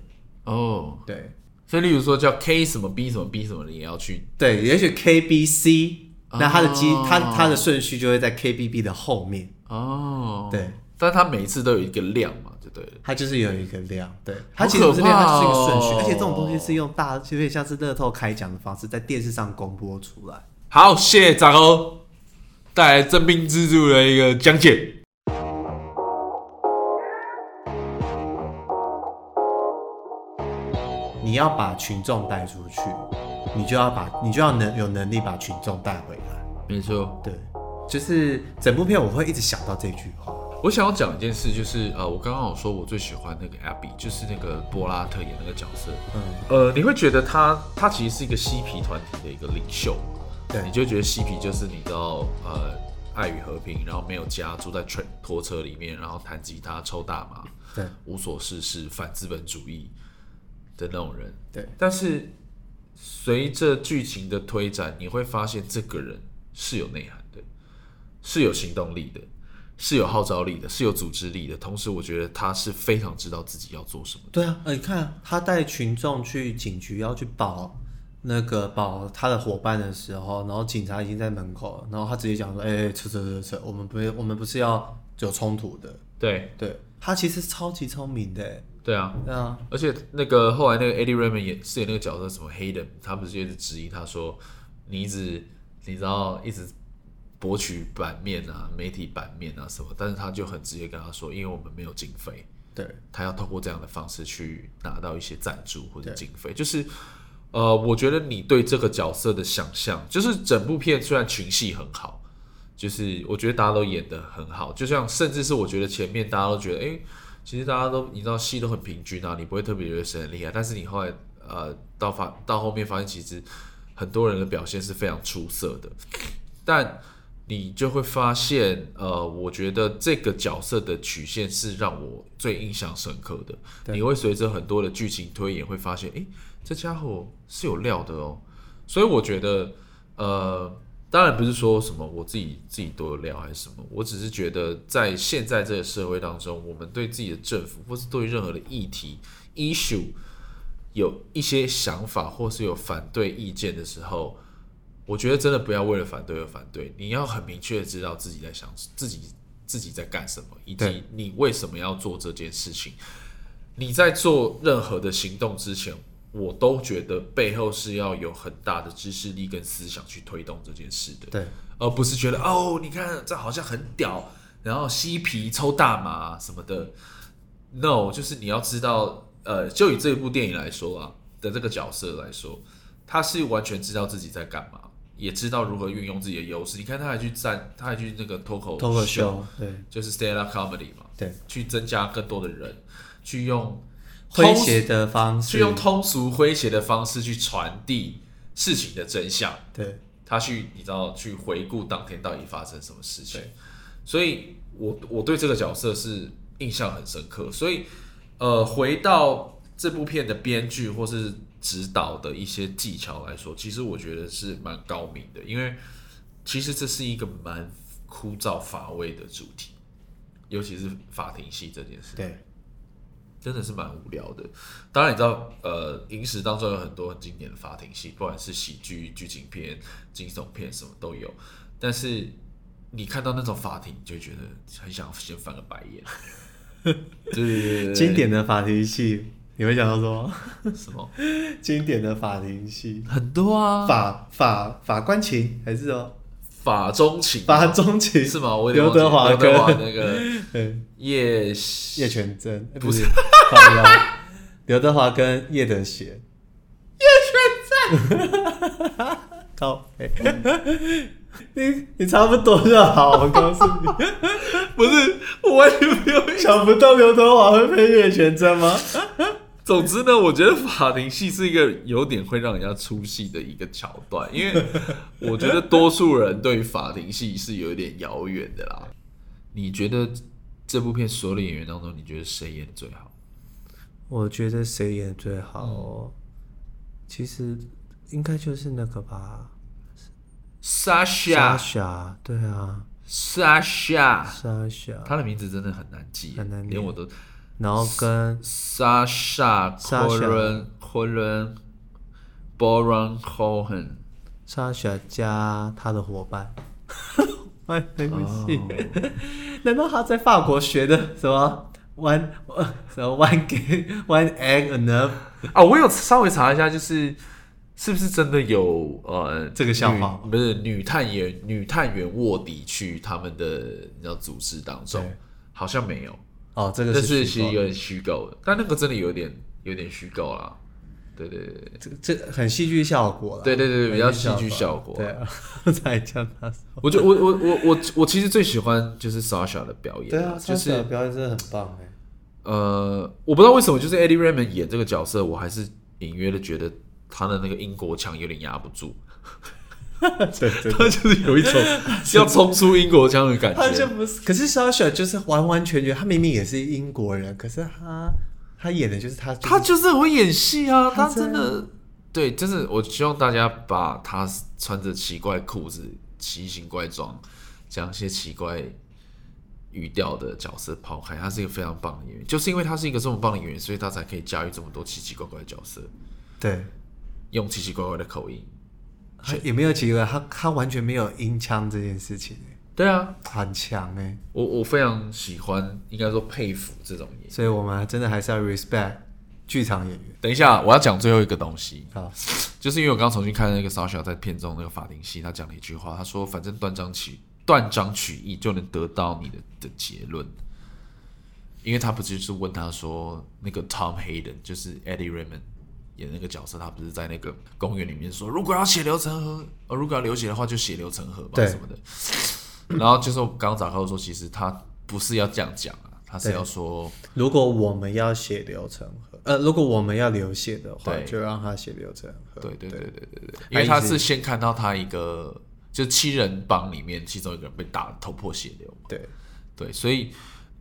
哦，对所以例如说叫 K 什么 B 什么 B 什么，你也要去对，也许 KBC，那它的基、哦它它的顺序就会在 KBB 的后面。哦，，对，但他每一次都有一个量嘛，就对了。它就是有一个量，对，好它其实不是可量，怕它就是一个顺序，哦而且这种东西是用大，就有点像是乐透开奖的方式，在电视上公播出来。好，谢谢长欧带来征兵制度的一个讲解。你要把群众带出去，你就要把，你就要能有能力把群众带回来。没错，对，就是整部片我会一直想到这句话。我想要讲一件事，就是呃，我刚刚有说我最喜欢那个 Abby，就是那个波拉特演那个角色。嗯，呃，你会觉得他他其实是一个嬉皮团体的一个领袖，对你就觉得嬉皮就是你知道呃爱与和平，然后没有家，住在全拖车里面，然后弹吉他、抽大麻，对无所事事、反资本主义的那种人。对但是随着剧情的推展，你会发现这个人是有内涵的，是有行动力的，是有号召力的，是有组织力的。同时，我觉得他是非常知道自己要做什么的。对啊，呃，你看他带群众去警局要去保那个保他的伙伴的时候，然后警察已经在门口了，然后他直接讲说：“哎、哎，撤撤撤撤，我们不是我们不是要有冲突的。”对，对他其实超级聪明的欸，对啊。对啊，而且那个后来那个 Eddie Raymond 演饰演那个角色什么 Hayden，他不是一直质疑他说，你一直你知道一直博取版面啊、媒体版面啊什么，但是他就很直接跟他说，因为我们没有经费，对他要透过这样的方式去拿到一些赞助或者经费，就是。呃，我觉得你对这个角色的想象，就是整部片虽然群戏很好，就是我觉得大家都演得很好，就像甚至是我觉得前面大家都觉得，哎、其实大家都你知道戏都很平均啊，你不会特别觉得谁很厉害，但是你后来呃到发到后面发现，其实很多人的表现是非常出色的，但你就会发现，呃，我觉得这个角色的曲线是让我最印象深刻的。对你会随着很多的剧情推演，会发现，诶，这家伙是有料的哦。所以我觉得，呃，当然不是说什么我自己自己多有料还是什么，我只是觉得在现在这个社会当中，我们对自己的政府或是对于任何的议题 issue 有一些想法或是有反对意见的时候，我觉得真的不要为了反对而反对，你要很明确的知道自己在想自己自己在干什么，以及对你为什么要做这件事情。你在做任何的行动之前，我都觉得背后是要有很大的知识力跟思想去推动这件事的。对而不是觉得哦，你看这好像很屌，然后嬉皮抽大麻什么的。No，就是你要知道，呃，就以这部电影来说啊的这个角色来说，他是完全知道自己在干嘛，也知道如何运用自己的优势。你看，他还去站，他还去那个脱口脱口，秀，对就是 stand up comedy 嘛，对，去增加更多的人，去用诙通俗谐的方去式，用通俗诙谐的方式去传递事情的真相。对他去，你知道，去回顾当天到底发生什么事情对。所以我我对这个角色是印象很深刻。所以，呃，回到这部片的编剧或是指导的一些技巧来说，其实我觉得是蛮高明的，因为其实这是一个蛮枯燥乏味的主题，尤其是法庭戏这件事。对真的是蛮无聊的。当然，你知道，呃，影史当中有很多很经典的法庭戏，不管是喜剧、剧情片、惊悚片，什么都有。但是你看到那种法庭，你就会觉得很想先翻个白眼。对对对对，经典的法庭戏，你会想到说什么 经典的法庭戏，很多啊，法法法官情还是哦法中情法中情是吗？我有点刘忘记德刘德华华跟那个对叶叶全真哎不是是，靠 腰刘德华跟叶德娴，叶全 真，高配，哎 你你差不多就好，我告诉你。 不是，我完全没有印象。想不到刘德华会配叶全真 吗？总之呢，我觉得法庭戏是一个有点会让人家出戏的一个桥段，因为我觉得多数人对法庭戏是有一点遥远的啦。你觉得这部片所有的演员当中，你觉得谁演的最好？我觉得谁演最好哦？其实应该就是那个吧，莎 Sasha 莎，对啊， Sasha，莎莎，他的名字真的很难记，很难念连我都然后跟 Sasha Coren Sasha Coren Boran Cohen。莎莎加他的伙伴。 哎，对不起， 难道他在法国学的什么 one 呃什么 one game one egg enough 啊，我有稍微查一下，就是是不是真的有呃这个笑话女不是女探员女探员卧底去他们的你知道组织当中对，好像没有，哦，这但个是是其实虚构的有点虚构的，但那个真的有点有点虚构啦。对对对对这这很戏剧效果了，对对对，比较很戏剧效果。对啊， 才叫他说。我就我我我我我其实最喜欢就是 Sasha 的表演，对啊，就莎莎的是表演真的很棒哎。呃，我不知道为什么，就是 Eddie Raymond 演这个角色，我还是隐约的觉得他的那个英国腔有点压不住。 对对他就是有一种 要冲出英国腔的感他就觉。不是，可是 Sasha 就是完完全全，他明明也是英国人，可是他他演的就是他、就是，他就是很会演戏啊，他他真真的对，真的，我希望大家把他穿着奇怪裤子、奇形怪状、讲一些奇怪语调的角色抛开，他是一个非常棒的演员。就是因为他是一个这么棒的演员，所以他才可以驾驭这么多奇奇怪怪的角色，对，用奇奇怪怪的口音。他也没有奇怪，他他完全没有音腔这件事情、对啊，很强哎、我我非常喜欢，应该说佩服这种演员。所以我们真的还是要 respect 剧场演员。等一下，我要讲最后一个东西。好，就是因为我刚重新看那个 Sasha 在片中那个法庭戏，他讲了一句话，他说：“反正断章取断章取义就能得到你的的结论。”因为他不就是问他说，那个 Tom Hayden 就是 Eddie Raymond 演那个角色，他不是在那个公园里面说，如果要血流成河，呃，如果要流血的话，就血流成河吧，对什么的。然后就是我刚刚早开说，其实他不是要这样讲啊，他是对要说，如果我们要血流成河，呃，如果我们要流血的话，对就让他血流成河。对对对对对对，因他为一他直是先看到他一个，就七人帮里面其中一个人被打得头破血流嘛，对对，所以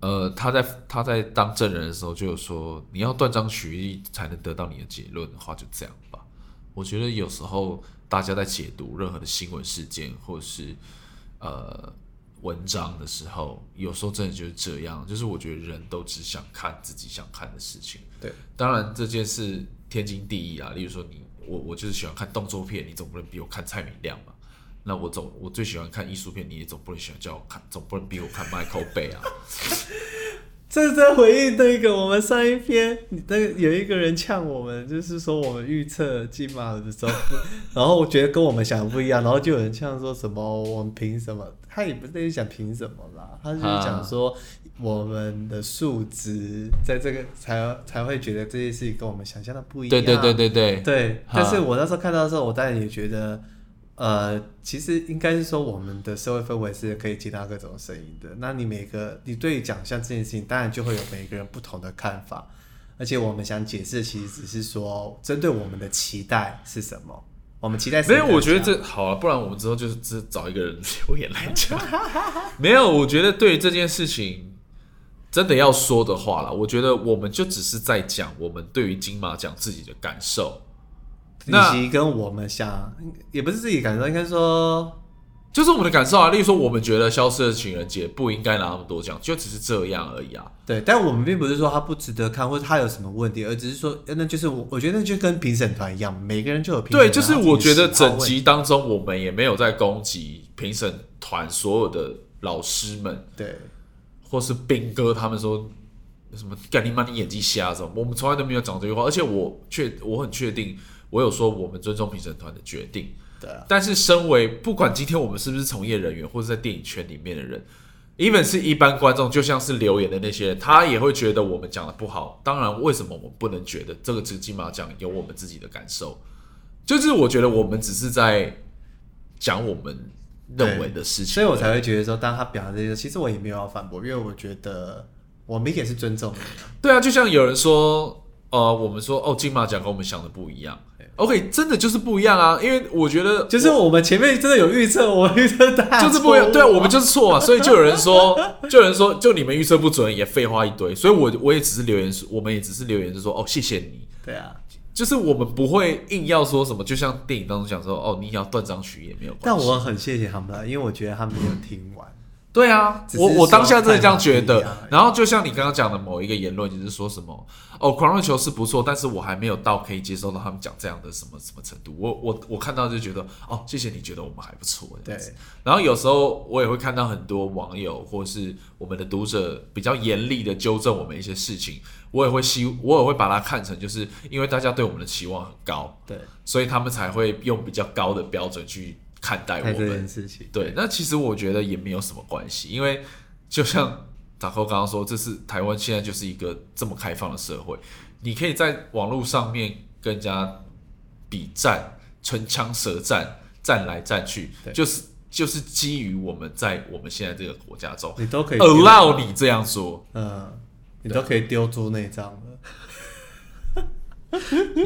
呃，他在他在当证人的时候就有说，你要断章取义才能得到你的结论的话，就这样吧。我觉得有时候大家在解读任何的新闻事件或是呃文章的时候，有时候真的就是这样，就是我觉得人都只想看自己想看的事情。对，当然这件事天经地义啊。例如说你我我就是喜欢看动作片，你总不能比我看蔡明亮嘛。那我总我最喜欢看艺术片，你也总不能喜欢叫我看，总不能比我看 Michael Bay 啊。这在回应那个我们上一篇，你那个有一个人呛我们，就是说我们预测金马的时候，然后我觉得跟我们想的不一样，然后就有人呛说什么我们凭什么？他也不是想凭什么啦，他就是讲说我们的数值在这个才才会觉得这件事情跟我们想象的 不一样。对对对对对，对，哈但是我那时候看到的时候，我当然也觉得，呃，其实应该是说我们的社会氛围是可以接纳各种声音的。那你每个你对于奖项这件事情，当然就会有每个人不同的看法。而且我们想解释，其实只是说针对我们的期待是什么，我们期待谁没有，我觉得得这好了，不然我们之后就是只找一个人留言来讲。 没有，我觉得对于这件事情，真的要说的话了，我觉得我们就只是在讲我们对于金马奖自己的感受。那以及跟我们想，也不是自己感受，应该说就是我们的感受啊，例如说，我们觉得《消失的情人节》不应该拿那么多奖，就只是这样而已啊。对，但我们并不是说他不值得看，或者他有什么问题，而只是说，呃那就是我，我觉得那就跟评审团一样，每个人就有评审对，团就是他自己我觉得喜好整问集当中，我们也没有在攻击评审团所有的老师们，对啊或是兵哥他们说什么“干你妈，你眼睛瞎”这种，我们从来都没有讲这句话。而且我确我很确定，我有说我们尊重评审团的决定。对啊，但是，身为不管今天我们是不是从业人员，或者在电影圈里面的人，even 是一般观众，就像是留言的那些人，他也会觉得我们讲的不好。当然，为什么我们不能觉得这个只金马奖有我们自己的感受？就是我觉得我们只是在讲我们认为的事情，所以我才会觉得说，当他表达这些，其实我也没有要反驳，因为我觉得我们也是尊重你啊。对啊，就像有人说，呃，我们说哦，金马奖跟我们想的不一样。OK，真的就是不一样啊，因为我觉得 就是我们前面真的有预测，我预测大就是不一样，对啊，我们就就是错啊，所以就有人说，就有人说，就你们预测不准，也废话一堆，所以我我也只是留言说，我们也只是留言就说，哦，谢谢你，对啊。就是我们不会硬要说什么，就像电影当中讲说，哦，你要断章取义也没有但关系，我很谢谢他们啊，因为我觉得他们没有听完。对啊只，是我我说当下真的这样觉看法得不一样而，已然后就像你刚刚讲的某一个言论，就是说什么，哦，狂热球是不错，但是我还没有到可以接受到他们讲这样的什么什么程度，我我我看到就觉得，哦，谢谢你觉得我们还不错，这对样子，然后有时候我也会看到很多网友或是我们的读者比较严厉的纠正我们一些事情，我也会希我也会把它看成就是因为大家对我们的期望很高，对，所以他们才会用比较高的标准去看待看我这件们。事情，对，那其实我觉得也没有什么关系，因为就像打扣刚刚说，这是台湾现在就是一个这么开放的社会，你可以在网络上面跟人家比战、唇枪舌战、战来战去，对就是就是基于我们在我们现在这个国家中你都可以丢 allow 你这样 说嗯，你都可以丢出那张了。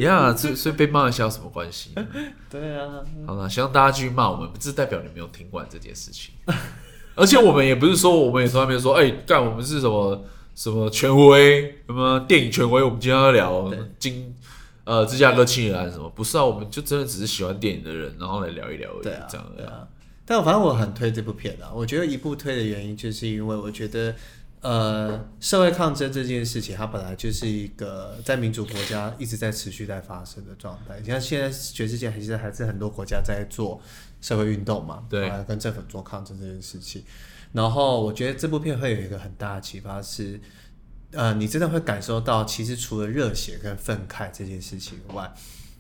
呀，这所以被骂一下有什么关系呢？对啊，好了，希望大家继续骂我们，这代表你没有听完这件事情。 而且我们也不是说，我们也从来没有说，哎、干我们是什么什么权威，什么电影权威，我们今天要聊对金呃芝加哥七人案什么？不是啊，我们就真的只是喜欢电影的人，然后来聊一聊而已，对啊，这样对的。啊。但反正我很推这部片啊，我觉得一部推的原因，就是因为我觉得，呃，社会抗争这件事情，它本来就是一个在民主国家一直在持续在发生的状态。你看现在全世界还是还是很多国家在做社会运动嘛，对啊，跟政府做抗争这件事情。然后我觉得这部片会有一个很大的启发是，呃，你真的会感受到，其实除了热血跟愤慨这件事情以外，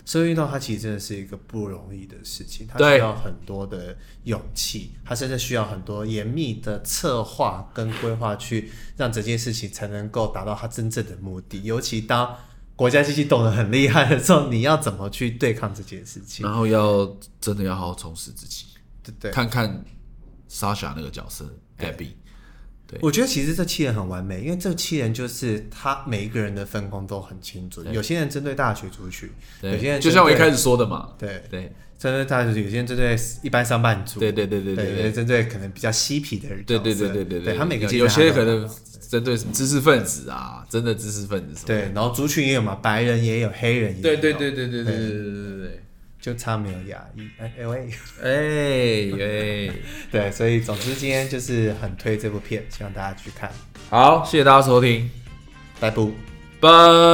社会运动它其实真的是一个不容易的事情，它对需要很多的勇气，它甚至需要很多严密的策划跟规划，去让整件事情才能够达到它真正的目的。尤其当国家机器动得很厉害的时候，你要怎么去对抗这件事情？然后要真的要好好充实自己，对不对？看看 Sasha 那个角色 Abby，对我觉得其实这七人很完美，因为这七人就是他每一个人的分工都很清楚。有些人针对大学族群，有些对，人就像我一开始始说的嘛，对对针对大学族群，有些人针对一般上班族，对对对对对对有些针对可能比较嬉皮的人，对对对对对对，他每个阶段有些他可都能针对什么知识分子啊，真的知识分子什么对，然后族群也有嘛，白人也有，黑人也有，对对，对对对对对对对就差没有亚裔，哎哎喂，对，哎哎， 对，所以总之今天就是很推这部片，希望大家去看，好，谢谢大家收听，拜拜。拜。